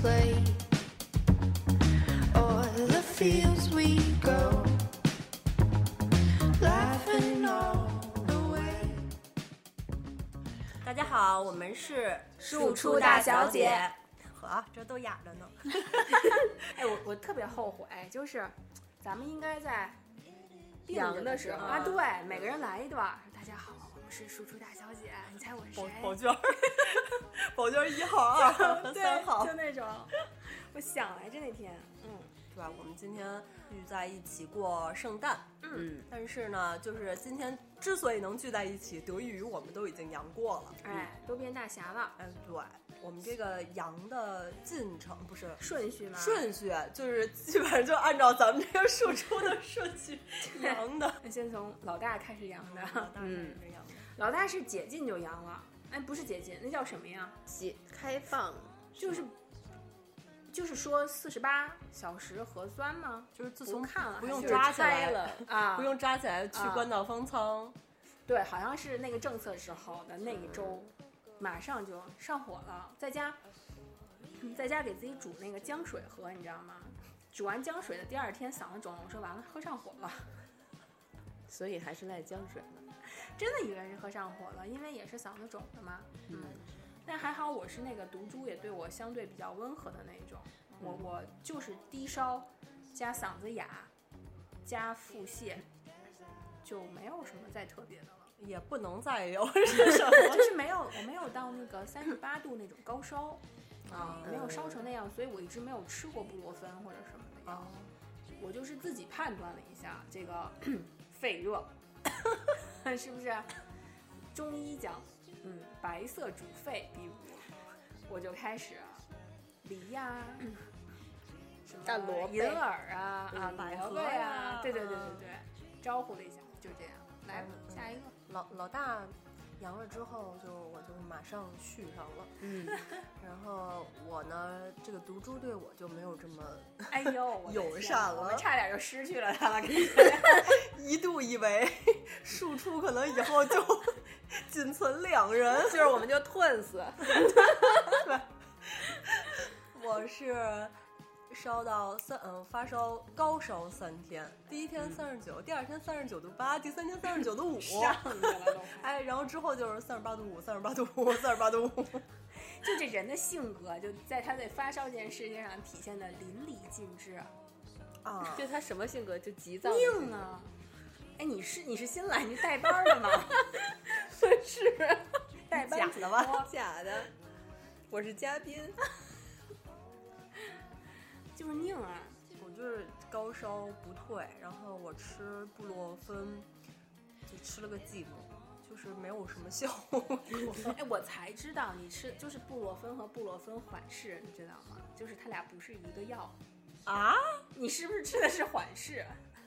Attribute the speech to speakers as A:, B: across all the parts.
A: play. O'er the fields we go, laughing all the way.
B: 大家好，我们是
C: 庶出大小姐。
B: 呵、啊，这都哑着 呢。
C: 哎，我我特别后悔，就是咱们应该在病
D: 阳
C: 的
D: 的
C: 时
D: 时
C: 候
D: 候
C: 啊，对，每个人来一段儿。大家好，我们是输出大小姐，你猜我是谁？
B: 娟儿，宝娟儿一号、二号和
C: 哎 对
B: 三号
C: 就，那种。我想来着那天，嗯，
B: 对吧？我们今天聚在一起过圣诞，
D: 嗯，
B: 但是呢，就是今天之所以能聚在一起，得益于我们都已经阳过了。
C: 哎，都变大侠了，
B: 嗯，对，我们这个阳的进程不是。
C: 顺序吗？
B: 顺序就是基本上就按照咱们这个输出的顺序，阳 的，
C: 那先从老大开始阳的，
B: 嗯，
C: 老大是解禁就阳了，哎，不是解禁，那叫什么呀？
D: 解开放
C: 就是就是说四十八小时核酸吗？
B: 就是自
C: 不
B: 从
C: 看了，
B: 不用
C: 还是
B: 抓起来，
D: 开了，
C: 啊，
B: 不用抓起来去
C: 啊
B: 关到方舱，
C: 对，好像是那个政策时候的那一周，马上就上火了，在家，嗯在家给自己煮那个姜水喝，你知道吗？煮完姜水的第二天嗓子肿，我说完了，喝上火了，
D: 所以还是赖江水了。
C: 真的以为是喝上火了，因为也是嗓子肿的嘛。嗯，但还好我是那个毒株也对我相对比较温和的那一种，我我就是低烧加嗓子哑加腹泻，就没有什么再特别的了。
B: 也不能再有是什 么
C: 就是没有，我没有到那个三十八度那种高烧， 啊、
D: 嗯
C: 没有烧成那样，所以我一直没有吃过布洛芬或者什么的
B: 啊
C: 药，我就是自己判断了一下这个 肺热， 是不是？中医讲，嗯，白色主肺，比如我就开始梨呀、什么
D: 大萝卜
C: 银耳啊啊，
B: 嗯百
C: 萝卜
B: 合
C: 呀、
B: 呀
C: 对对对
B: 嗯
C: 对对，招呼了一下，就这样，来吧，下 一个。
B: 老老大阳了之后就，我就马上续上了。
D: 嗯，
B: 然后我呢，这个毒株对我就没有这么，
C: 哎呦，我的
B: 友
C: 天
B: 善
C: 我
B: 了
C: 们差点就失去了他了。感觉
B: 一度以 为庶出可能以后 就仅存两人。
D: 就是我们就吞 死，
B: 我是烧到三，嗯，发烧高烧三天，第一天三十九，第二天三十九度八，第三天三十九 度五。
C: 上去了都，
B: 哎，然后之后就是三十八度五，三十八度五，三十八度五。
C: 就这人的性格，就在他在发烧这件事情上体现的淋漓尽致，
B: 啊，
D: 就他什么性格就急躁，
C: 硬啊！哎，你是你是新来你是带班儿的 吗？
D: 是
C: 带班哦
B: 假
C: 主
B: 的吧
C: 播
D: 假的。我是嘉宾，
C: 就是拧啊！
B: 我就是高烧不退，然后我吃布洛芬，就吃了个寂寞，就是没有什么效 果。
C: 哎，我才知道你吃就是布洛芬和布洛芬缓释，你知道吗？就是它俩不是一个药。
B: 啊？
C: 你是不是吃的是缓释？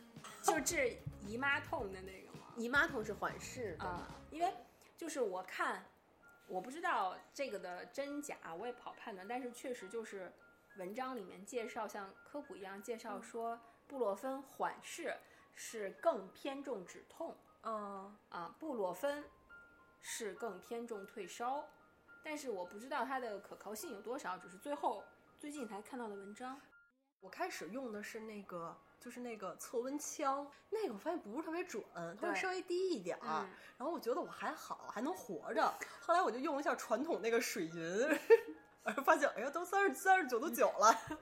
C: 就治姨妈痛的那个吗？
D: 姨妈痛是缓释的，
C: 啊、因为就是我看，我不知道这个的真假，我也不好判断，但是确实就是文章里面介绍，像科普一样介绍说，布洛芬缓释是更偏重止痛
B: 嗯，
C: 啊，布洛芬是更偏重退烧，但是我不知道它的可靠性有多少，只是最后最近才看到的文章。
B: 我开始用的是那个，就是那个测温枪，那个我发现不是特别准，它会
C: 对
B: 稍微低一点儿。
C: 嗯
B: 然后我觉得我还好，还能活着。后来我就用了一下传统那个水银。而发现，哎呀，都三十三十九度九了，嗯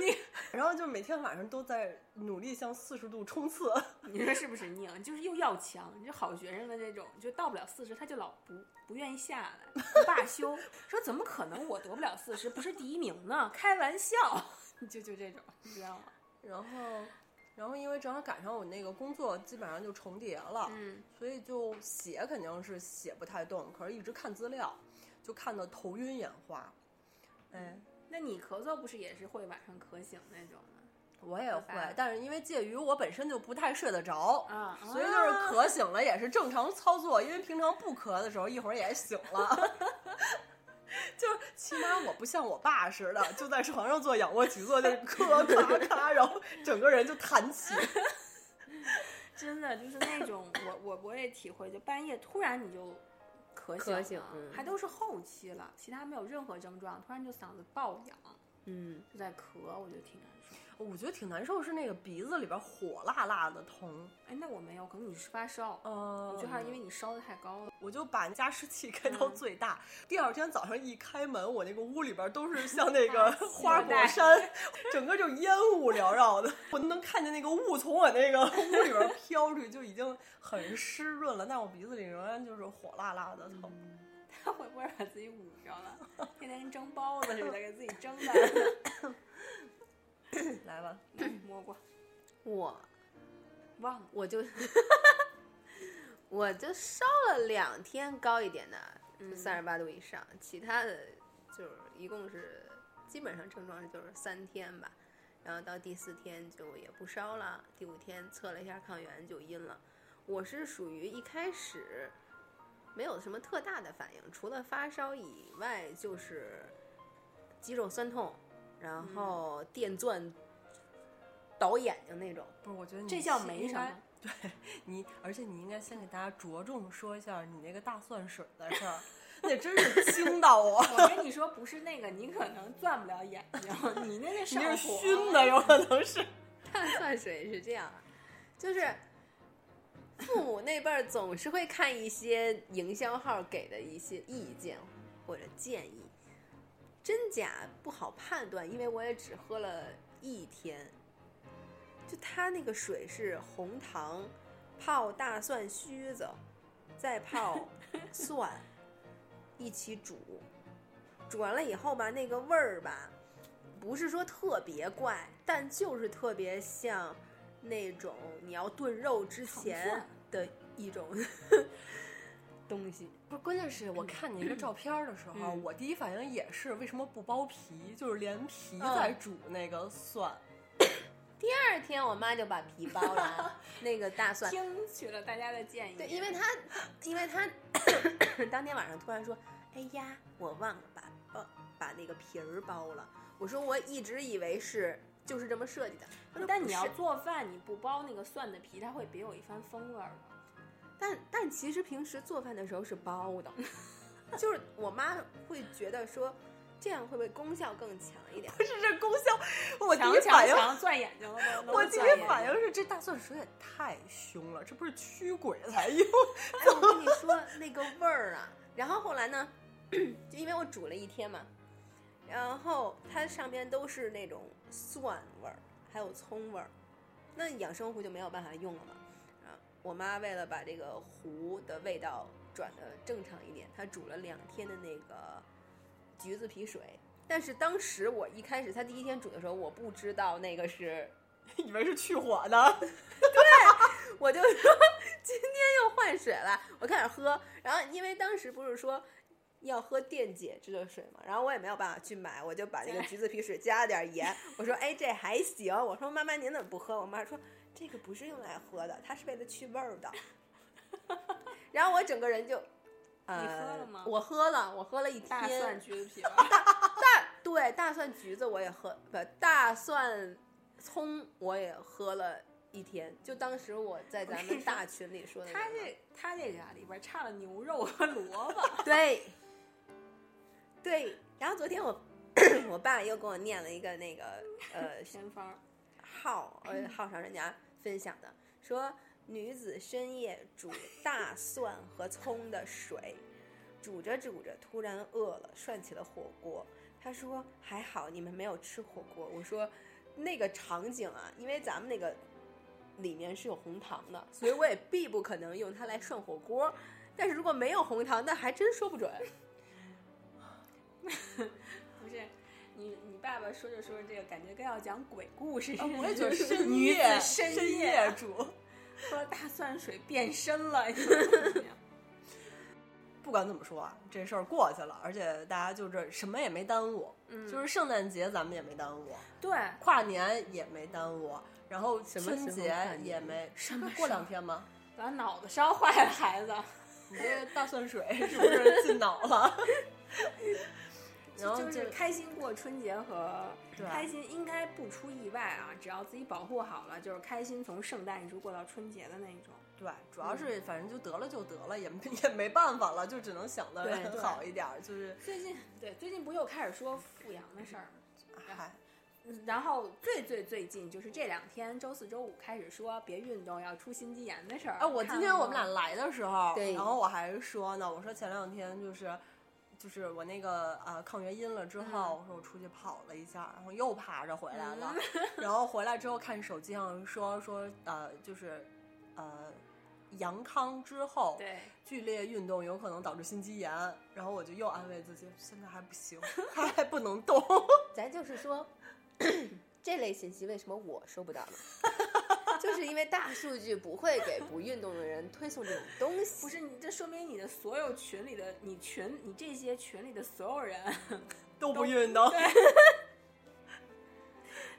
B: 你，然后就每天晚上都在努力向四十度冲刺，
C: 你说是不是拧？就是又要强，你这好学生的这种，就到不了四十，他就老不不愿意下来，不罢休， 说怎么可能我得不了四十，不是第一名呢？开玩笑， 就就这种，你知道吗？
B: 然后，然后因为正好赶上我那个工作基本上就重叠了，
C: 嗯，
B: 所以就写肯定是写不太动，可是一直看资料，就看得头晕眼花。哎，
C: 那你咳嗽不是也是会晚上咳醒那种吗？
B: 我也会
C: 明白，
B: 但是因为介于我本身就不太睡得着。
C: 啊，
B: 所以就是咳醒了也是正常操作，因为平常不咳的时候一会儿也醒了， 就是起码我不像我爸似的，就在床上做仰卧起坐，就咳咔咔，然后整个人就弹起。
C: 真的就是那种，我我我也体会，就半夜突然你就咳
D: 咳
C: 醒
D: 醒
C: 了
D: 嗯
C: 还都是后期了，其他没有任何症状，突然就嗓子爆痒，
D: 嗯，
C: 就在咳，我觉得挺难受。
B: 我觉得挺难受，是那个鼻子里边火辣辣的疼。
C: 哎，那我没有，可能你是发烧，
B: 呃，
C: 我觉得还是因为你烧的太高了。
B: 我就把加湿器开到最大。第二天早上一开门，我那个屋里边都 是像那个花果山， 整个就烟雾缭绕的，我能看见那个雾从我 那个屋里边飘出去，就已经很湿润了。但我鼻子里仍然就是火辣辣的疼。
C: 他会不会把自己捂着了？天天跟蒸包子似的，给自己蒸的。
B: 来吧，
C: 摸 过，
D: 我
C: 忘了。
D: 我就我就烧了两天高一点的，就三十八度以上，其他的就是一共是基本上症状是就是三天吧，然后到第四天就也不烧了，第五天测了一下抗原就阴了。我是属于一开始没有什么特大的反应，除了发烧以外就是肌肉酸痛，然后电钻倒眼睛那种。
B: 不是，我觉得你
C: 这叫
B: 是
C: 没
B: 应
C: 什
B: 该
C: 么。
B: 你而且你应该先给大家着重说一下你那个大蒜水的事 儿，那真 是惊到我，
C: 我跟你说，不是那个，你可能钻不了眼睛， 你那个
B: 你
C: 上
B: 那是
C: 火
B: 熏的，有可能是。
D: 碳酸水是这样啊，就是父母那辈儿总是会看一些营销号给的一些意见或者建议，真假不好判断，因为我也只喝了一天。就它那个水是红糖泡大蒜须子，再泡 蒜一起煮，煮完了以后吧，那个味儿吧，不是说特别怪，但就是特别像那种你要炖肉之
C: 糖
D: 前
C: 蒜
D: 的一种 东西。
B: 不是，关键是我看你一个照片儿的时候，
D: 嗯
B: 我第一反应也是为什么不剥皮，就是连皮在煮那个蒜。
D: 第二天我妈就把皮剥了，那个 大蒜。
C: 听取了大家的建议。
D: 对，因为她，因为她 当天晚上突然说：“哎呀，我忘了把剥把那个皮儿剥了。”我说我一直以为是就是这么设计的，她说
C: 但
D: 不
C: 你要
D: 是
C: 做饭，你不剥那个蒜的皮，它会别有一番风味儿的。
D: 但但其实平时做饭的时候是剥的，就是我妈会觉得说这样会不会功效更强一点？
B: 不是这功效，我第一反
C: 强强
B: 应，
C: 强，钻眼睛了 都。
B: 我
C: 都
B: 第
C: 钻眼
B: 一
C: 睛
B: 反应是这大蒜水也太凶了，这不是驱鬼才用。
D: 哎，我跟你说那个味儿啊。然后后来呢，就因为我煮了一天嘛，然后它上边都是那种蒜味儿，还有葱味儿，那养生壶就没有办法用了嘛。啊，我妈为了把这个壶的味道转的正常一点，她煮了两天的那个橘子皮水。但是当时我一开始，她第一天煮的时候，我不知道那个是
B: 以为是去火的，
D: 我就说今天又换水了，我开始喝。然后因为当时不是说要喝电解质的水嘛，然后我也没有办法去买，我就把那个橘子皮水加了点盐。我说：“哎，这还行。”我说：“妈妈，您怎么不喝？”我妈说：“这个不是用来喝的，它是为了去味儿的。” 然后我整个人就。呃、
C: 你喝了吗
D: 我喝了，我喝了一天。
C: 大蒜橘 子皮了。
D: 对，大蒜橘子我也喝，不，大蒜葱我也喝了一天。就当时我在咱们大群里说的那个
C: 它
D: 嘛，
C: 这它这个啊，里边差了牛肉和萝卜。
D: 对对。然后昨天我 我爸又跟我念了一个那个呃
C: 偏方儿，
D: 号呃号上人家分享的，说女子深夜煮大蒜和葱的水，煮着煮着突然饿了，涮起了火锅。他说还好你们没有吃火锅。我说那个场景啊，因为咱们那个里面是有红糖的，所以我也必不可能用它来涮火锅。但是如果没有红糖，那还真说不准。
C: 不是你你爸爸说着说着这个，感觉跟要讲鬼故事似 的。
B: 哦我也觉得 深
C: 女
B: 夜
C: 子深夜
B: 夜煮。
C: 喝大蒜水变身 了。
B: 不管怎么说啊，这事儿过去了，而且大家就这什么也没耽误，
C: 嗯
B: 就是圣诞节咱们也没耽误，
C: 对，
B: 跨年也没耽误，然后
D: 什么时
B: 春
D: 候
B: 节
D: 跨年
B: 也没，
C: 什么时候
B: 过两天吗？
C: 把脑子烧坏了，孩子。
B: 哦你这大蒜 水是不是进脑了？然后
C: 就
B: 就是
C: 开心过春节和
B: 对啊
C: 开心，应该不出意外啊，只要自己保护好了，就是开心从圣诞一直过到春节的那一种。
B: 对，主
C: 嗯
B: 要是反正就得了就得了，也没也没办法了，就只能想
C: 对对
B: 的好一点儿，就是
C: 最近对，最近不又开始说复阳的事儿吗？嗯
B: 嗨，
C: 然后最最最近就是这两天，周四周五开始说别运动，要出心肌炎的事儿。
B: 哎，我今
C: 看
B: 天
C: 了
B: 我们俩
C: 吗
B: 来的时候，
D: 对
B: 然后我还说呢，我说前两天就是。就是我那个呃抗原阴了之后，
C: 嗯
B: 我说我出去跑了一下，然后又爬着回来了，
C: 嗯
B: 然后回来之后看手机上说说呃就是呃阳康之后
C: 对，
B: 剧烈运动有可能导致心肌炎，然后我就又安慰自己，现在还不 行，还还不能动。
D: 咱就是说，这类信息为什么我收不到 呢？就是因为大数据不会给不运动的人推送这种东西。
C: 不是你这说明你的所有群里的你群你这些群里的所有人，
B: 都不运动，
D: 哦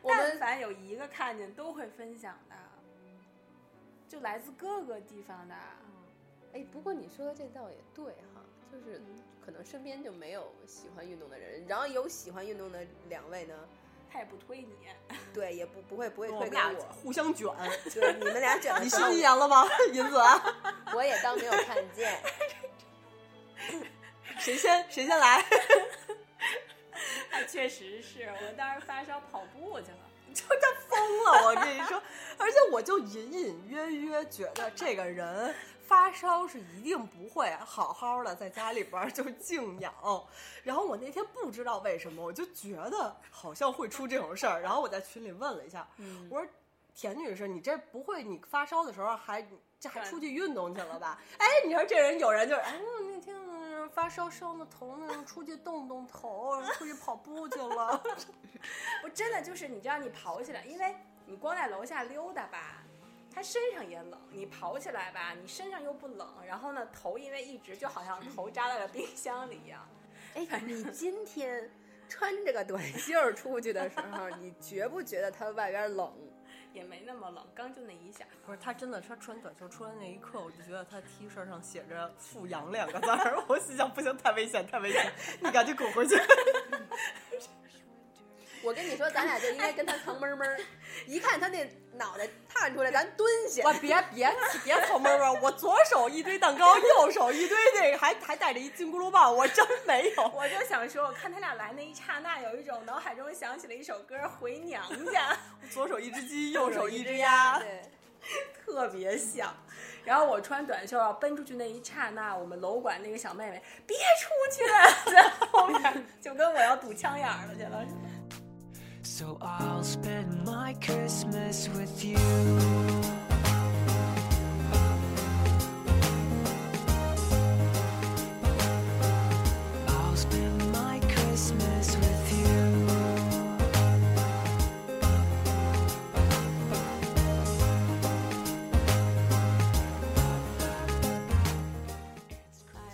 D: 我们
C: 但凡有一个看见都会分享的，就来自各个地方的。
D: 哎，不过你说的这倒也对哈，就是可能身边就没有喜欢运动的人，然后有喜欢运动的两位呢，
C: 他也不推 你，
D: 对，也不不会不会
B: 我们
D: 推给
B: 俩
D: 我，
B: 互相卷。
D: 对，你们俩卷
B: 你
D: 的
B: 心
D: 当
B: 肌炎了吗，银子？啊
D: 我也当没有看 见。
B: 谁先谁先来？
C: 哎，确实是我当时发烧跑步去了。
B: 就他疯了，我跟你说，而且我就隐隐约约觉得这个人发烧是一定不会好好的在家里边儿就静养。然后我那天不知道为什么，我就觉得好像会出这种事儿，然后我在群里问了一下，
D: 嗯
B: 我说田女士，你这不会你发烧的时候还这还
C: 对
B: 出去运动去了吧？哎，你说这人有人就是，哎，我那天嗯发烧伤的头呢，出去动动头，出去跑步去了。
C: 我真的就是，你知道你跑起来，因为你光在楼下溜达吧，它身上也冷；你跑起来吧，你身上又不冷。然后呢，头因为一直就好像头扎在了冰箱里一样。
D: 哎，你今天穿这个短袖儿出去的时候，你觉不觉得它外边冷？
C: 也没那么冷，刚就那一下。
B: 不是他真的，他穿短袖出来那一刻，我就觉得他 T 恤上写着“富阳”两个字儿， 我心想不行，太危险，太危险，你赶紧滚回去。
D: 我跟你说，咱俩就应该跟他藏闷闷 儿，一看他那脑袋探出来，咱蹲下。
B: 别别别偷摸摸，我左手一堆蛋糕，右手一堆那个，还还带着一金箍噜棒，我真没有。
C: 我就想说，我看他俩来那一刹那，有一种脑海中想起了一首歌《回娘家》，
B: 左手一只鸡，右手一只鸭。
D: 对，
C: 特别像。然后我穿短袖要奔出去那一刹那，我们楼管那个小妹妹别出 去，在后面就跟我要堵枪眼儿了去了。
E: So I'll spend my Christmas with you. I'll spend my Christmas with you.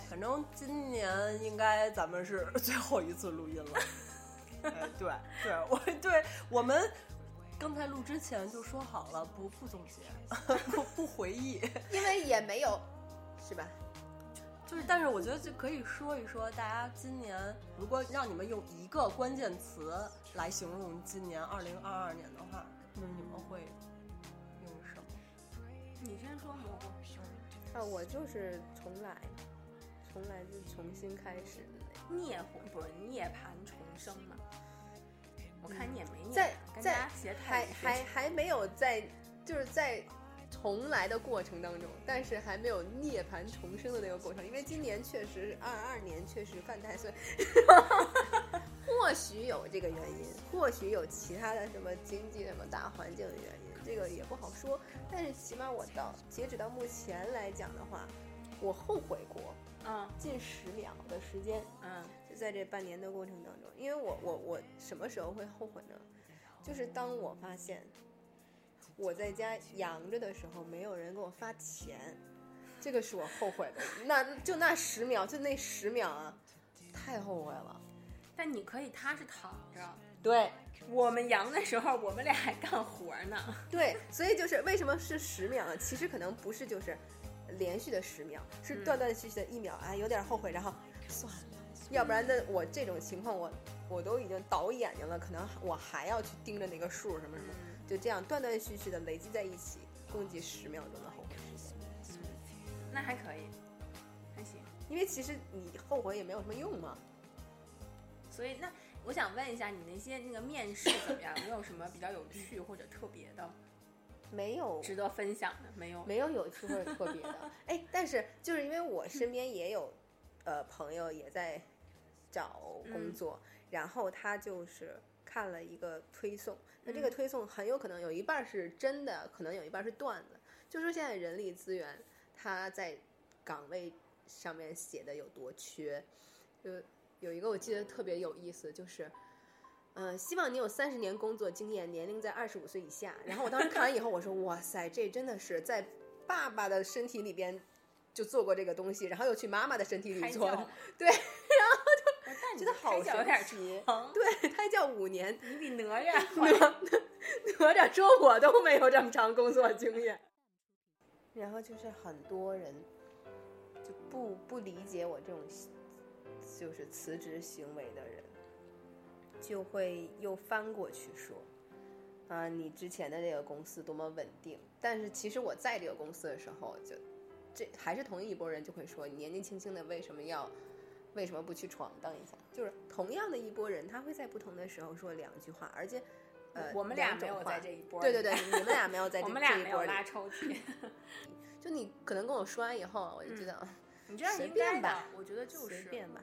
B: 反正今年应该咱们是最后一次录音了。哎，对对，我对我们刚才录之前就说好了，不不总结， 不不回忆。
D: 因为也没有，是吧？
B: 就是，但是我觉得就可以说一说，大家今年如果让你们用一个关键词来形容今年二零二二年的话，就是你们会用什么？
C: 你先说蘑菇，
D: 啊，我就是重来，重来就重新开始的那种。
C: 涅槃不是涅槃重生嘛？我看你也没涅槃，
D: 在
C: 跟大
D: 在
C: 家斜
D: 还
C: 太
D: 还还没有在，就是在重来的过程当中，但是还没有涅槃重生的那个过程，因为今年确实是二二年确实犯太岁， 或许有这个原因，或许有其他的什么经济什么大环境的原因，这个也不好说。但是起码我到截止到目前来讲的话，我后悔过
C: 嗯
D: 近十秒的时间，
C: 嗯
D: 就在这半年的过程当中，因为我我我什么时候会后悔呢？就是当我发现我在家养着的时候，没有人给我发钱，这个是我后悔的。那就那十秒，就那十秒啊，太后悔了。
C: 但你可以踏实躺着。
D: 对
C: 我们阳的时候，我们俩还干活呢。
D: 对，所以就是为什么是十秒呢？其实可能不是就是连续的十秒，是
C: 嗯
D: 断断续续的一秒啊，有点后悔，然后算了，要不然的我这种情况我我都已经倒眼睛了，可能我还要去盯着那个数什么什么。就这样断断续续的累积在一起，共计十秒钟的后悔时间。
C: 那还可以，还行。
D: 因为其实你后悔也没有什么用嘛。
C: 所以那我想问一下，你那些那个面试怎么样？有没有什么比较有趣或者特别的、
D: 没有
C: 值得分享的？没有。
D: 没有有趣或者特别的。 哎，但是就是因为我身边也有，呃，朋友也在找工作，然后他就是看了一个推送，那这个推送很有可能有一半是真的，可能有一半是段子。就说现在人力资源他在岗位上面写的有多缺，就有一个我记得特别有意思，就是。嗯，希望你有三十年工作经验，年龄在二十五岁以下。然后我当时看完以后，我说：“哇塞，这真的是在爸爸的身体里边就做过这个东西，然后又去妈妈的身体
C: 胎
D: 里
C: 教
D: 做
C: 嘛
D: 的，对，
C: 但你
D: 觉得好
C: 胎教有点
D: 神奇
C: 长，
D: 对，胎教五年，
C: 你比哪吒
D: 哪哪吒说我都没有这么长工作经验。然后就是很多人就不不理解我这种就是辞职行为的人，就会又翻过去说，啊，你之前的这个公司多么稳定。但是其实我在这个公司的时候就，这还是同一波人就会说，你年纪轻轻的为什么要？为什么不去闯荡一下？就是同样的一波人，他会在不同的时候说两句话，而且，呃，
C: 我们俩
D: 两
C: 没
D: 种
C: 有
D: 话
C: 在这一波。
D: 对对对，，你们俩没有在这
C: 我们俩
D: 这一
C: 没
D: 波
C: 有
D: 里。
C: 拉抽屉。
D: 就你可能跟我说完以后，我就觉得、啊
C: 你这样
D: 随
C: 应
D: 便
C: 该的
D: 吧，
C: 我觉得就
D: 随
C: 嗯是
D: 便吧。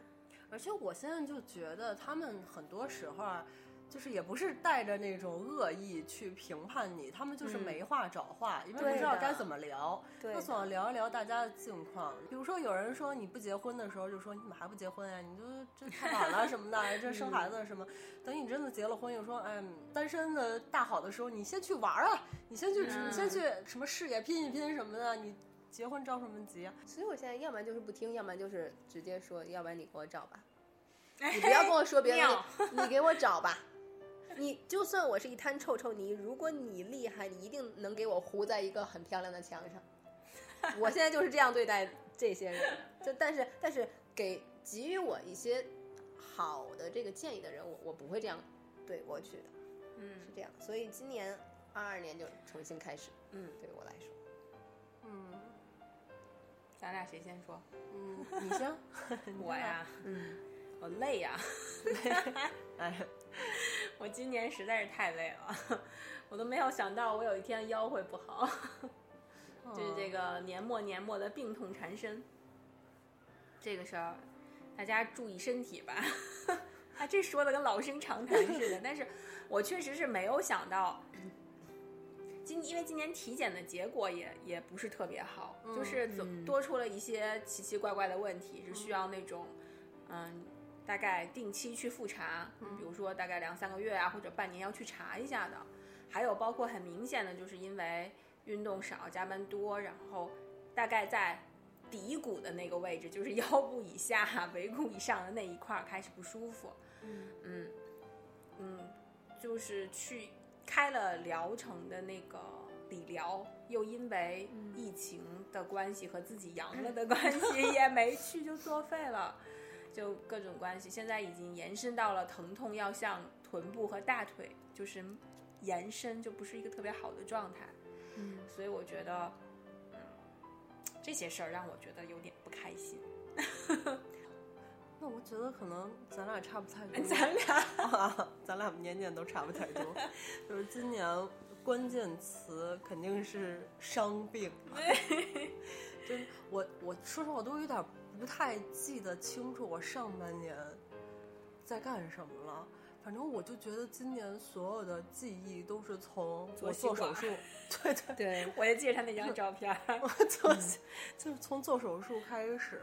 B: 而且我现在就觉得他们很多时候啊，就是也不是带着那种恶意去评判你，他们就是
D: 嗯
B: 没话找话，因为
D: 对
B: 不知道
D: 的
B: 该怎么聊，
D: 对
B: 就
D: 的
B: 想聊一聊大家的近况。比如说有人说你不结婚的时候，就说你怎么还不结婚呀、啊你 就这太晚了什么的，哎这生孩
D: 嗯
B: 子什么。等你真的结了婚，又说哎，单身的大好的时候，你先去玩儿啊，你先去，
C: 嗯
B: 你先去什么事业拼一拼什么的，你结婚着什么急啊？
D: 所以我现在要不然就是不听，要不然就是直接说，要不然你给我找 吧。你不要跟我说别人
C: 妙，
D: 你给我找吧。你就算我是一滩臭臭泥，如果你厉害，你一定能给我糊在一个很漂亮的墙上。 我现在就是这样对待这些人，就但是但是给给予我一些好的这个建议的人，我我不会这样怼过去的。
C: 嗯
D: 是这样，所以今年二二年就重新开始。嗯，对我来说，
B: 嗯
C: 咱俩谁先说？
B: 嗯，你先，
C: 我呀，
D: 嗯，
C: 我累呀、
B: 哎。
C: 我今年实在是太累了， 我都没有想到我有一天腰会不好，就是这个
D: 哦
C: 年末年末的病痛缠身。这个事儿，大家注意身体吧。 啊，这说的跟老生常谈似的，但是我确实是没有想到，今因为今年体检的结果也也不是特别好，就是总
D: 嗯哦
C: 多出了一些奇奇怪怪的问题，是需要那种嗯大概定期去复查，
D: 嗯
C: 比如说大概两三个月啊，或者半年要去查一下的。还有包括很明显的，就是因为运动少、加班多，然后大概在骶骨的那个位置，就是腰部以下、尾骨以上的那一块儿开始不舒服。嗯嗯，就是去开了疗程的那个理疗，又因为疫情的关系和自己阳了的关系也没去，就作废了。就各种关系，现在已经延伸到了疼痛要向臀部和大腿，就是延伸，就不是一个特别好的状态。嗯，所以我觉得，嗯，这些事儿让我觉得有点不开心。
B: 那我觉得可能咱俩差不太多，
C: 咱俩
B: 俩 咱俩年年都差不太 多，就是今年关键词肯定是伤病嘛， 就是我我说实话我都有点不太记得清楚我上半年在干什么了。反正我就觉得今年所有的记忆都是从我
C: 做
B: 做
C: 吸
B: 手
C: 管
B: 术，对对
D: 对，
C: 我就记着他那张照片儿，嗯
B: 我从就是从做手术开始，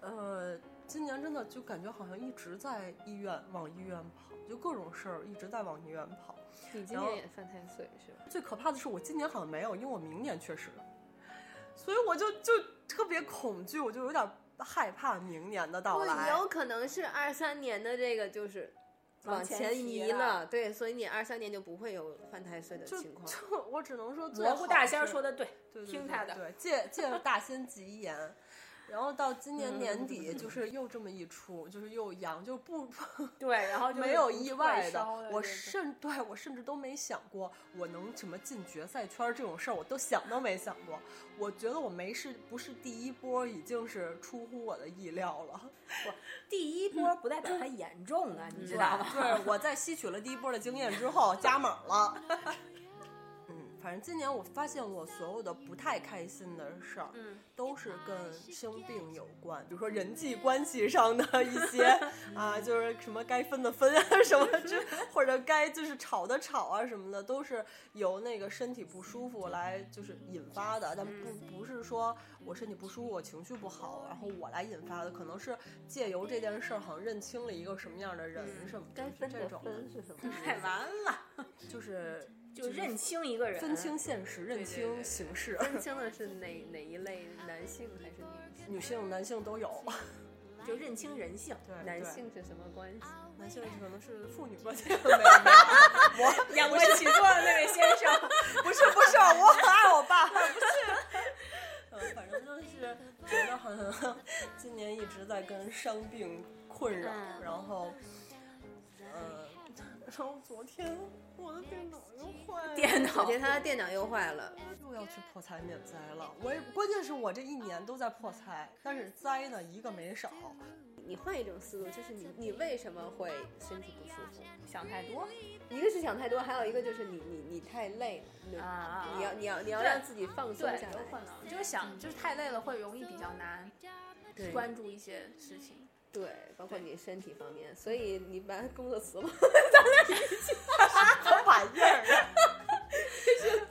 B: 呃，今年真的就感觉好像一直在医院往医院跑，就各种事儿一直在往医院跑。
D: 你今
B: 然后
D: 年也犯太岁是吧？
B: 最可怕的是我今年好像没有，因为我明年确实，所以我就就特别恐惧，我就有点害怕明年的到
D: 不，
B: 来。
D: 有可能是二三年的这个就是往
C: 往前
D: 前
C: 移
D: 移
C: 了
D: 了，对，所以你二三年就不会有犯太岁的
B: 就
D: 情况。
B: 就我只能说最
C: 蘑菇
B: 好
C: 大仙儿
B: 是
C: 说的对，
B: 对对
C: 听
B: 对
C: 他的
B: 对，借借大仙吉言。然后到今年 年底，就是又这么一出，就是又阳，就不
C: 对，然后就
B: 没有意外
C: 的
B: 的。，我
C: 对对
B: 甚对我甚至都没想过我能什么进决赛圈儿这种事儿，我都想都没想过。我觉得我没是不是第一波，已经是出乎我的意料了。
C: 第一波不代表它严重啊， 你知道 吗？
B: 对，我在吸取了第一波的经验之后加码了。 嗯，反正今年我发现我所有的不太开心的事儿，
C: 嗯，
B: 都是跟生病有关，比如说人际关系上的一 些啊，就是什么该分的分啊，什么之，或者该就是吵的吵啊什么的，都是由那个身体不舒服来就是引发的，但不不是说我身体不舒服，我情绪不好，然后我来引发的，可能是借由这件事儿好像认清了一个什么样的人什么嗯的，
D: 该
B: 是
D: 分
B: 这
D: 的
B: 种
D: 分是什么？
C: 太完了，
B: 嗯就是
C: 就认清一个人，
B: 分清现实，认
D: 对
B: 清
D: 对
B: 形势，
D: 分清的是哪哪一类，男性还是女性？
B: 女性男性都有，
C: 就认清人性。
B: 对
D: 男
B: 对
D: 性是什么关系？
B: 男性可能是父女 关系没有，没有我
C: 仰卧起坐的那位先生，
B: 不是不是，我很爱我爸，不是。嗯，反正就是觉得好像 今年一直在跟伤病困扰，
C: 嗯
B: 然后，呃，然后昨天我的电脑又坏了，
C: 电
D: 我
C: 脑
D: 觉得他的电脑又坏了，
B: 又要去破财免灾了。我也关键是我这一年都在破财，但是灾呢一个没少。
D: 你换一种思路，就是你你为什么会身体不舒服？
C: 想太多
D: 一个是想太多，还有一个就是你你你太累了，你
C: 啊啊！
D: 你要你要你要
C: 对
D: 让自己放松
C: 对
D: 下，
C: 有可
D: 来。
C: 能就是想，就是太累了，会容易比较难
D: 对
C: 关注一些事情。
D: 对，包括你身体方面，所以你把工作辞了，
B: 什么玩意儿？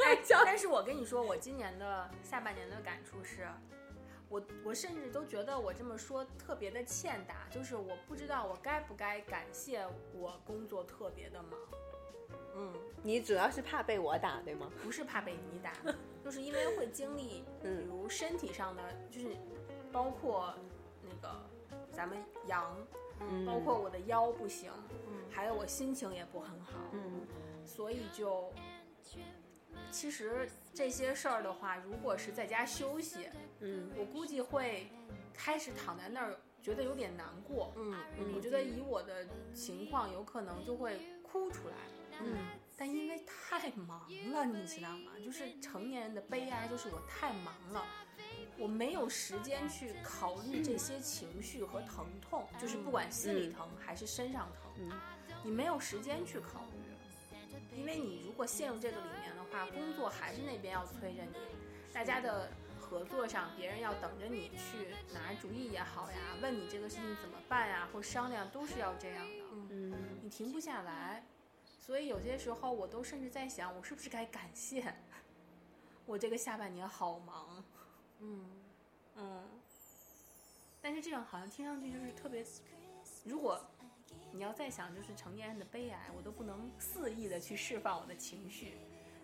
C: 哎，但是我跟你说，我今年的下半年的感触是，我我甚至都觉得我这么说特别的欠打，就是我不知道我该不该感谢我工作特别的忙，
B: 嗯，
D: 你主要是怕被我打，对吗？
C: 不是怕被你打，就是因为会经历，比
D: 嗯
C: 如身体上的，就是包括那个咱们阳，
D: 嗯
C: 包括我的腰不行，
B: 嗯
C: 还有我心情也不很好，
D: 嗯，
C: 所以就，其实这些事儿的话，如果是在家休息，
D: 嗯，
C: 我估计会开始躺在那儿，觉得有点难过。
B: 嗯
C: 我觉得以我的情况，有可能就会哭出来。
D: 嗯，
C: 但因为太忙了，你知道吗？就是成年人的悲哀，就是我太忙了。我没有时间去考虑这些情绪和疼痛，就是不管心里
D: 嗯
C: 疼还是身上疼，
D: 嗯
C: 你没有时间去考虑，因为你如果陷入这个里面的话，工作还是那边要催着你，大家的合作上，别人要等着你去拿主意也好呀，问你这个事情怎么办呀，或商量都是要这样的，
D: 嗯，
C: 你停不下来。所以有些时候我都甚至在想，我是不是该感谢我这个下半年好忙，
B: 嗯，
C: 嗯。但是这样好像听上去就是特别，如果你要再想就是成年人的悲哀，我都不能肆意的去释放我的情绪，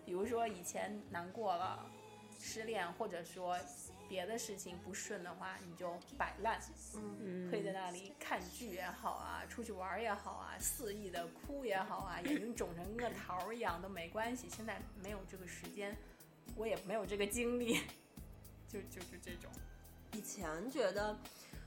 C: 比如说以前难过了，失恋或者说别的事情不顺的话，你就摆烂，嗯，可以在那里看剧也好啊，出去玩儿也好啊，肆意的哭也好啊，眼睛肿成个桃儿一样都没关系。现在没有这个时间，我也没有这个精力，就就是这种，
B: 以前觉得，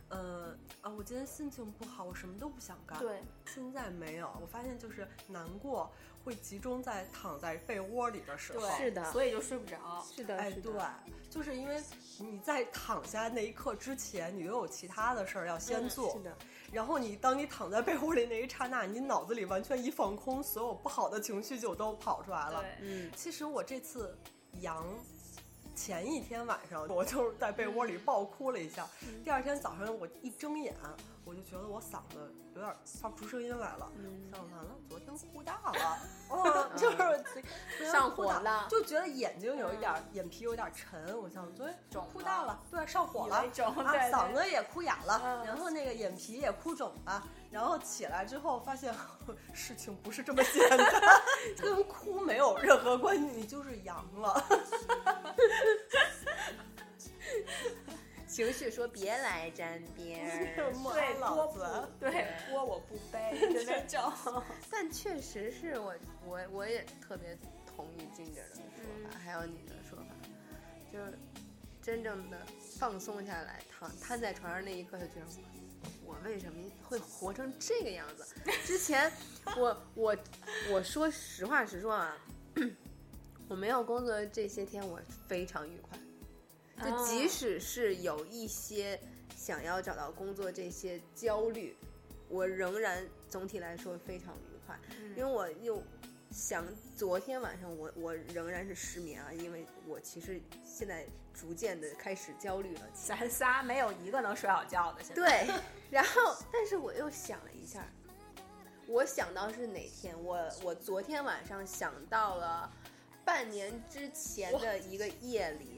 B: 呃啊，我今天心情不好，我什么都不想干。。
C: 对，
B: 现在没有，我发现就是难过会集中在躺在被窝里的时候。
C: 对，
D: 是的
C: 所以就睡不着。
D: 是的，
B: 哎，
D: 是
B: 对
D: 的，，
B: 就是因为你在躺下那一刻之前，你又有其他的事儿要先做。
D: 嗯是的，
B: 然后你当你躺在被窝里那一刹那，你脑子里完全一放空，所有不好的情绪就都跑出来了。
C: 对，
D: 嗯，
B: 其实我这次阳前一天晚上，我就是在被窝里
D: 嗯
B: 爆哭了一下。第二天早上我一睁眼，我就觉得我嗓子有点发不出声音来了。
D: 嗯嗯
B: 嗓子完了，昨天哭大了， 哦，就是昨天
D: 上
B: 哭
D: 火
B: 大
D: 了嗯
B: 就觉得眼睛有一点儿眼皮有点儿沉。我想昨天
C: 肿
B: 哭大
C: 了
B: 了，对，上火
C: 以
B: 了
C: 为，肿
B: 啊
C: 对，
B: 嗓
C: 对
B: 子也哭哑了，
C: 嗯
B: 然后那个眼皮也哭肿了，然后起来之后发现 事情不是这么简单， 跟哭没有任何关系，你就是阳了。，
D: 情绪说别来沾边 儿
B: 妈
C: 对
B: 老
C: 多
B: 子，
C: 不对锅我不 背的那种。
D: 但确实是我我我嗯也特别同意静姐的说法，还有你的说法，就是真正的放松下来，躺瘫在床上那一刻，就觉得我我为什么会活成这个样子？之前我我我说实话实说啊，我没有工作的这些天，我非常愉快。就即使是有一些想要找到工作这些焦虑，我仍然总体来说非常愉快，因为我又想昨天晚上我我仍然是失眠啊，因为我其实现在逐渐的开始焦虑了起来。
B: 咱仨没有一个能睡好觉的。现在
D: 对，然后但是我又想了一下，我想到是哪天，我我昨天晚上想到了半年之前的一个夜里，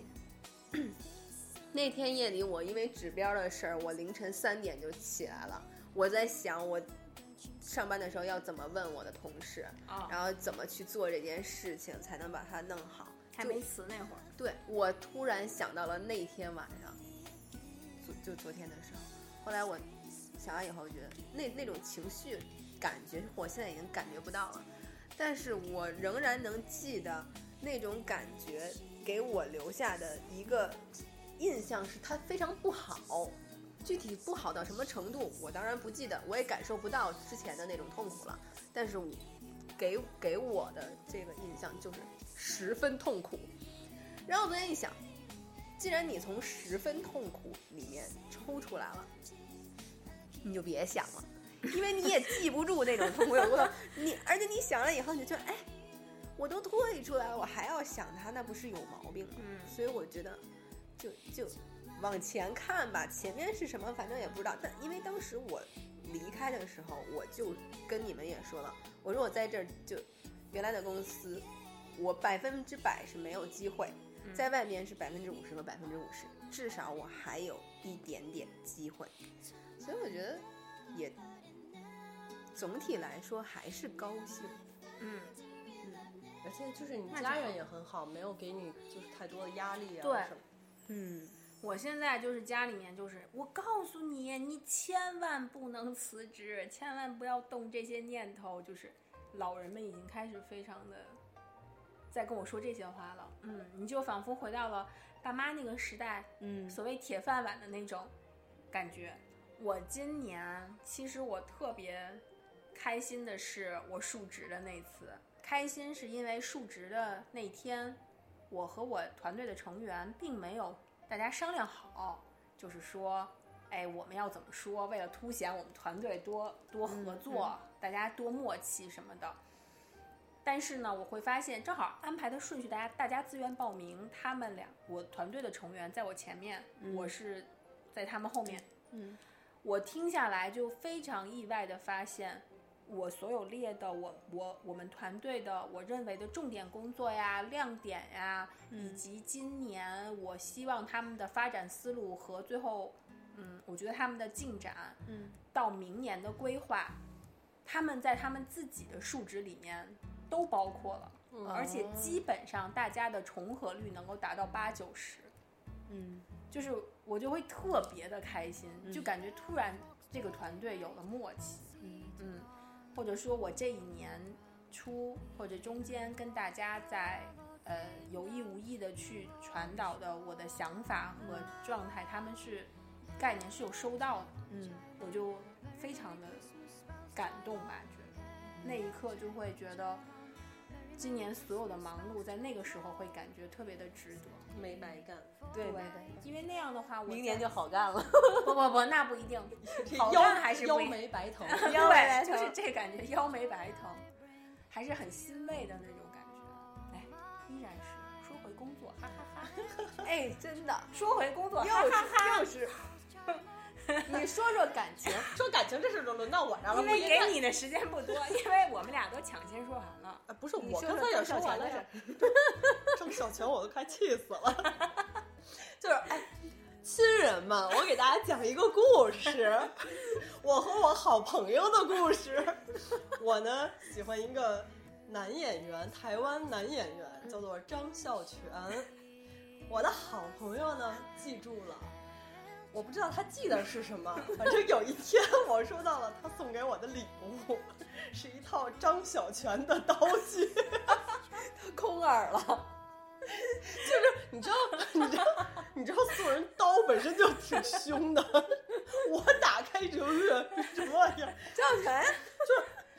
D: 那天夜里我因为指标的事儿，我凌晨三点就起来了，我在想我。上班的时候要怎么问我的同事，
C: 哦
B: 啊
D: 然后怎么去做这件事情才能把它弄好？
C: 还
D: 就
C: 没辞那会儿，
D: 对我突然想到了那天晚上，昨就昨天的时候，后来我想完以后，觉得那那种情绪感觉，我现在已经感觉不到了，但是我仍然能记得那种感觉给我留下的一个印象是它非常不好。具体不好到什么程度，我当然不记得，我也感受不到之前的那种痛苦了。但是我给给我的这个印象就是十分痛苦。然后我昨天一想，既然你从十分痛苦里面抽出来了，你就别想了，因为你也记不住那种痛苦有多痛。你而且你想了以后，你就觉得，哎，我都退出来了，我还要想它，那不是有毛病吗？
C: 嗯
D: 所以我觉得，就就往前看吧，前面是什么反正也不知道。但因为当时我离开的时候，我就跟你们也说了，我说我在这儿就原来的公司，我百分之百是没有机会。在外面是百分之五十和百分之五十，至少我还有一点点机会，所以我觉得也总体来说还是高兴。
C: 嗯，
B: 而且就是你
C: 那
B: 家
C: 就
B: 人也很好，没有给你就是太多的压力啊
C: 对
B: 什么。
D: 嗯，
C: 我现在就是家里面就是，我告诉你，你千万不能辞职，千万不要动这些念头。就是老人们已经开始非常的在跟我说这些话了，嗯，你就仿佛回到了爸妈那个时代，
D: 嗯
C: 所谓铁饭碗的那种感觉。我今年其实我特别开心的是我述职的那次，开心是因为述职的那天，我和我团队的成员并没有大家商量好，就是说，哎，我们要怎么说？为了凸显我们团队多多合作，大家多默契什么的。但是呢，我会发现正好安排的顺序，大家大家自愿报名，他们俩我团队的成员在我前面，我是在他们后面。
D: 嗯，
C: 我听下来就非常意外的发现，我所有列的我我我们团队的我认为的重点工作呀、亮点呀，
D: 嗯
C: 以及今年我希望他们的发展思路和最后，嗯，我觉得他们的进展，
D: 嗯，
C: 到明年的规划，他们在他们自己的述职里面都包括了，而且基本上大家的重合率能够达到八九十，
D: 嗯，
C: 就是我就会特别的开心，就感觉突然这个团队有了默契，
D: 嗯
C: 嗯，或者说我这一年初或者中间跟大家在呃有意无意的去传导的我的想法和状态，他们是概念是有收到的，
D: 嗯，
C: 我就非常的感动吧，觉得那一刻就会觉得今年所有的忙碌在那个时候会感觉特别的值得。
B: 没白干，
D: 对
C: 对，因为那样的话，我
B: 明年
C: 在
B: 就好干了，
C: 不不不，那不一定， 好
B: 腰
C: 干还是
B: 腰
C: 不一
B: 没白疼。
D: 腰没白
C: 对，就
D: 疼
C: 是这感觉，腰没白疼，还是很欣慰的那种感觉。哎，依然是说回工作，哈哈哈。
D: 哎，真的，
C: 说回工作，
D: 又
C: 哈哈
D: 是又是，你说说感 情，
B: 说感情这事都轮到我这儿了，
C: 因为
B: 不应
C: 给
B: 该
C: 你的时间不多，因为我们俩都抢先说完了。
B: 啊，不是
D: 你
B: 我
D: 说
B: 刚
D: 说
B: 才也
D: 郑
B: 说
D: 少
B: 完
D: 秋
B: 了
D: 呀
B: 是， 郑小泉我都快气死了。 就是哎，亲人们，我给大家讲一个故事， 我和我好朋友的故事。 我呢喜欢一个男演员，台湾男演员叫做张孝全。我的好朋友呢记住了。我不知道他记得是什么，反正有一天我收到了他送给我的礼物，是一套张小泉的刀具，他空耳了。你知道，你知道，你知道，送人刀本身就挺凶的。我打开就是什么玩意儿，
F: 赵晨，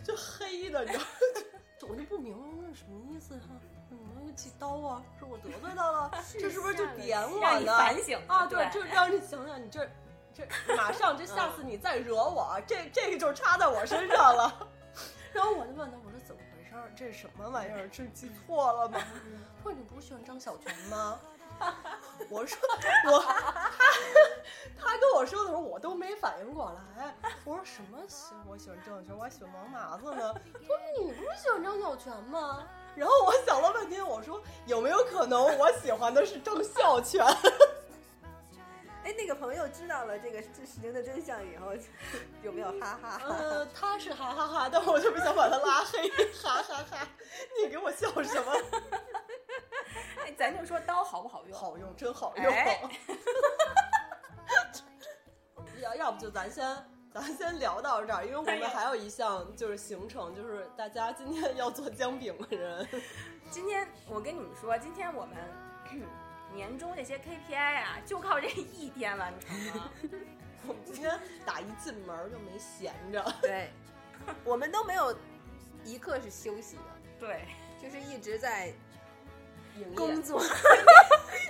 B: 就黑的，你知道？就我就不明白我说什么意思啊？怎么又起刀啊？是我得罪他了？这是不是就点我呢？
C: 让你反省
B: 啊，
C: 对
B: 对，，嗯就让你想想，你这这马上这下次你再惹我，这这个就插在我身上了。 然后我就问他，我说怎么回事儿？这是什么玩意儿？这记错了吗？ 他说你不是喜欢张小泉吗？ 我说我他他跟我说的时候，我都没反应过来。我说什么喜我喜欢张小泉，我还喜欢王麻子呢。他说你不是喜欢张小泉吗？然后我想了半天，我说有没有可能我喜欢的是张孝全？
F: 哎，那个朋友知道了这个这事情的真相以 后，有没有哈哈？
B: 呃，他是哈哈哈但我就不想把他拉黑，哈哈哈！你给我笑什么？
C: 哎，咱就说刀好不好 用？
B: 好用，真好用。
C: 哎
B: 要要不就咱先咱先聊到这儿，因为我
C: 哎
B: 们
C: 呀
B: 还有一项就是行程，就是大家今天要做姜饼的人，
C: 今天我跟你们说，今天我们 年终这些 KPI 啊，就靠这一天完成了。
B: 我们今天打一进门儿就没闲着。
F: 对，我们都没有一刻是休息的，
C: 对，
F: 就是一直在
B: 营业
F: 工 作。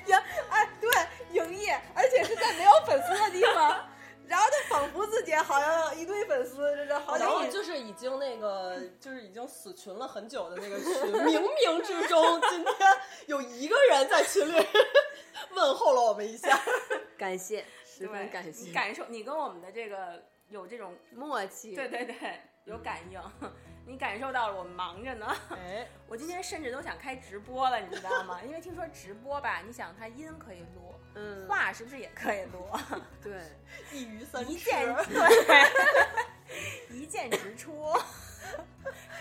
F: 营哎，对，营业，而且是在没有粉丝的地方。然后他仿佛自己好像有一堆粉丝，这这好
C: 哦
B: 然后
F: 像
B: 就是已经那个，就是已经死群了很久的那个 群，冥冥之中今天有一个人在群里问候了我们一下，
F: 感谢，十
C: 对，
F: 分感谢，
C: 你感受你跟我们的这个有这种，
F: 默契。
C: 对对对，有感应， 你感受到了我们忙着呢。
B: 哎，
C: 我今天甚至都想开直播了，你知道吗？因为听说直播吧，你想它音可以录，
F: 嗯，
C: 话是不是也可以录？
F: 对，
B: 一鱼三
C: 一
B: 吃，
C: 见对，一见直出，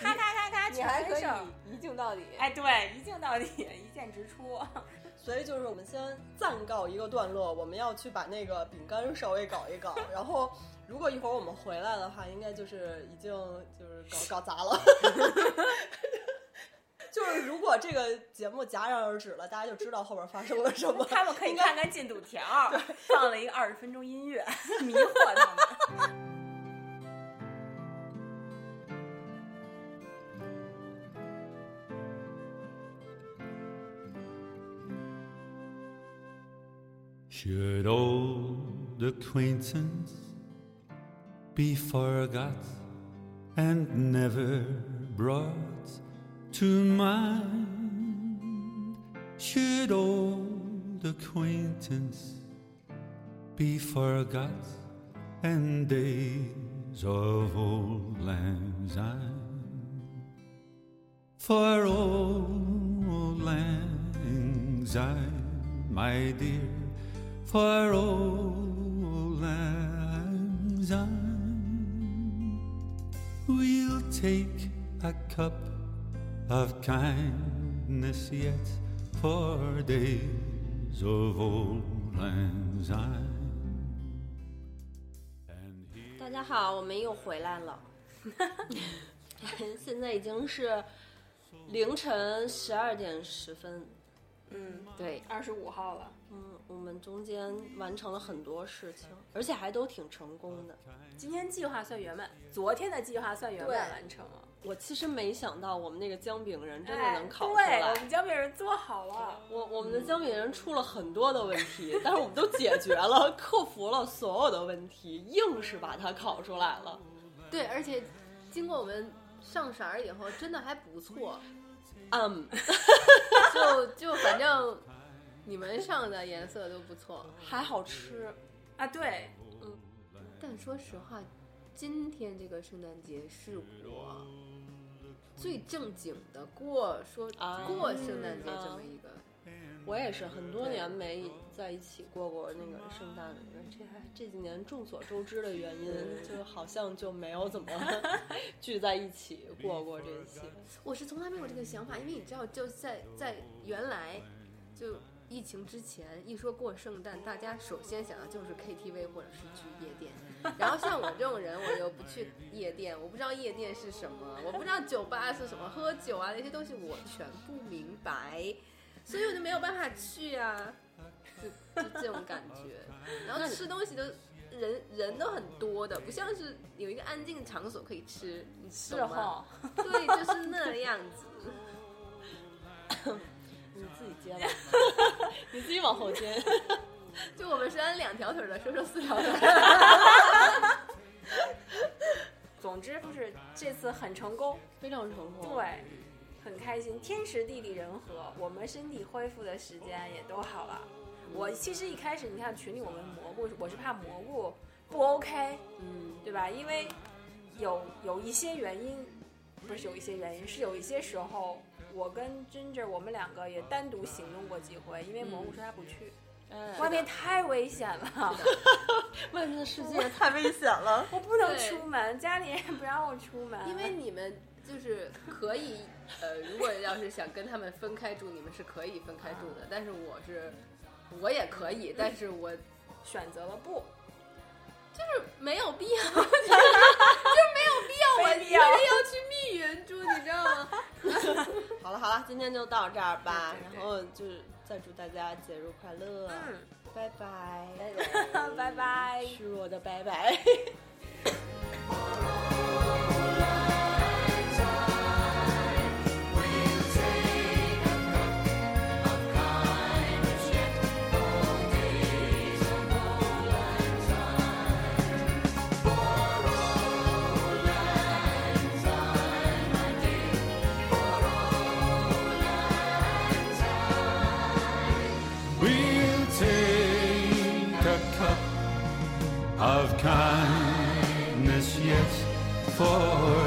C: 咔咔咔咔，
F: 你
C: 全
F: 还
C: 完
F: 可
C: 事儿。
F: 以一镜到底。
C: 哎，对，一镜到底，一见直出。
B: 所以就是我们先暂告一个段落，我们要去把那个饼干稍微搞一搞，然后如果一会儿我们回来的话，应该就是已经就是搞搞砸了。 就是如果这个节目戛然而止了，大家就知道后边发生了什么。
C: 他们可以看看进度条儿，放了一个二十分钟音乐， 迷惑他们。
G: Should old acquaintance be forgot and never brought to mind? Should old acquaintance be forgot and days of old lang syne? For old lang syne, my dear, for old lang syne, we'll take a cup of kindness yet for days of old lang syne. And here
H: 大家好，我们又回来了。现在已经是凌晨十二点十分。
C: 嗯，
H: 对，
I: 二十五号了，
H: 嗯，我们中间完成了很多事情，而且还都挺成功的。
C: 今天计划算圆满，昨天的计划算圆满
F: 对
C: 完成了。
H: 我其实没想到我们那个姜饼人真的
C: 哎
H: 能考出
C: 对，
H: 来
C: 我。们姜饼人做好了。
H: 我我们的姜饼人出了很多的问题，但是我们都解决了， 克服了所有的问题，硬是把它考出来了。
F: 对，而且经过我们上色儿以后，真的还不错。
H: 嗯，
F: 就就反正你们上的颜色都不错，
H: 还好吃。
C: 啊，对，
D: 但说实话，今天这个圣诞节是我最正经的过说
H: 啊
D: 过圣诞节
H: 嗯
D: 这么一个，
H: 我也是很多年没在一起过过那个圣诞了，这还这几年众所周知的原因，就好像就没有怎么聚在一起过过这些。
D: 我是从来没有这个想法，因为你知道，就在在原来就疫情之前，一说过圣诞，大家首先想的就是 KTV 或者是去夜店，然后像我这种人，我又不去夜店，我不知道夜店是什么，我不知道酒吧是什么，喝酒啊那些东西我全不明白。所以我就没有办法去啊，就就这种感觉。然后吃东西都人人都很多的，不像是有一个安静场所可以吃，你懂
C: 是
D: 吗？
C: 哈，
D: 对，就是那样子。
B: 你自己接吧，你自己往后接。
D: 就我们是按两条腿儿的，说说四条腿儿。
C: 总之就是这次很成功，
B: 非常成功。，
C: 对，很开心，天时地利人和，我们身体恢复的时间也都好了。我其实一开始，你看群里我们蘑菇，我是怕蘑菇不 OK，
B: 嗯，
C: 对吧？因为有有一些原因，不是有一些原因，是有一些时候我跟珍珍我们两个也单独行动过几回，因为蘑
D: 嗯
C: 菇说他不去，
B: 哎，
C: 外面太危险了，
B: 外面的世界
J: 这也太危险了。
C: 我不能
D: 对
C: 出门，家里也不让我出门，
D: 因为你们就是可以，呃，如果要是想跟他们分开住，你们是可以分开住的。但是我是，我也可以，但是我
C: 选择了不，
D: 没有必要，就是
C: 没
D: 没有必要，我非要去密云住，你知道吗？
B: 好了好了，今天就到这儿吧。
D: 对对对
B: 然后就是再祝大家节日快乐，
C: 嗯，
B: 拜拜，
C: 拜拜。
B: 虚弱的拜拜。
G: We'll take a cup of kindness, yes, for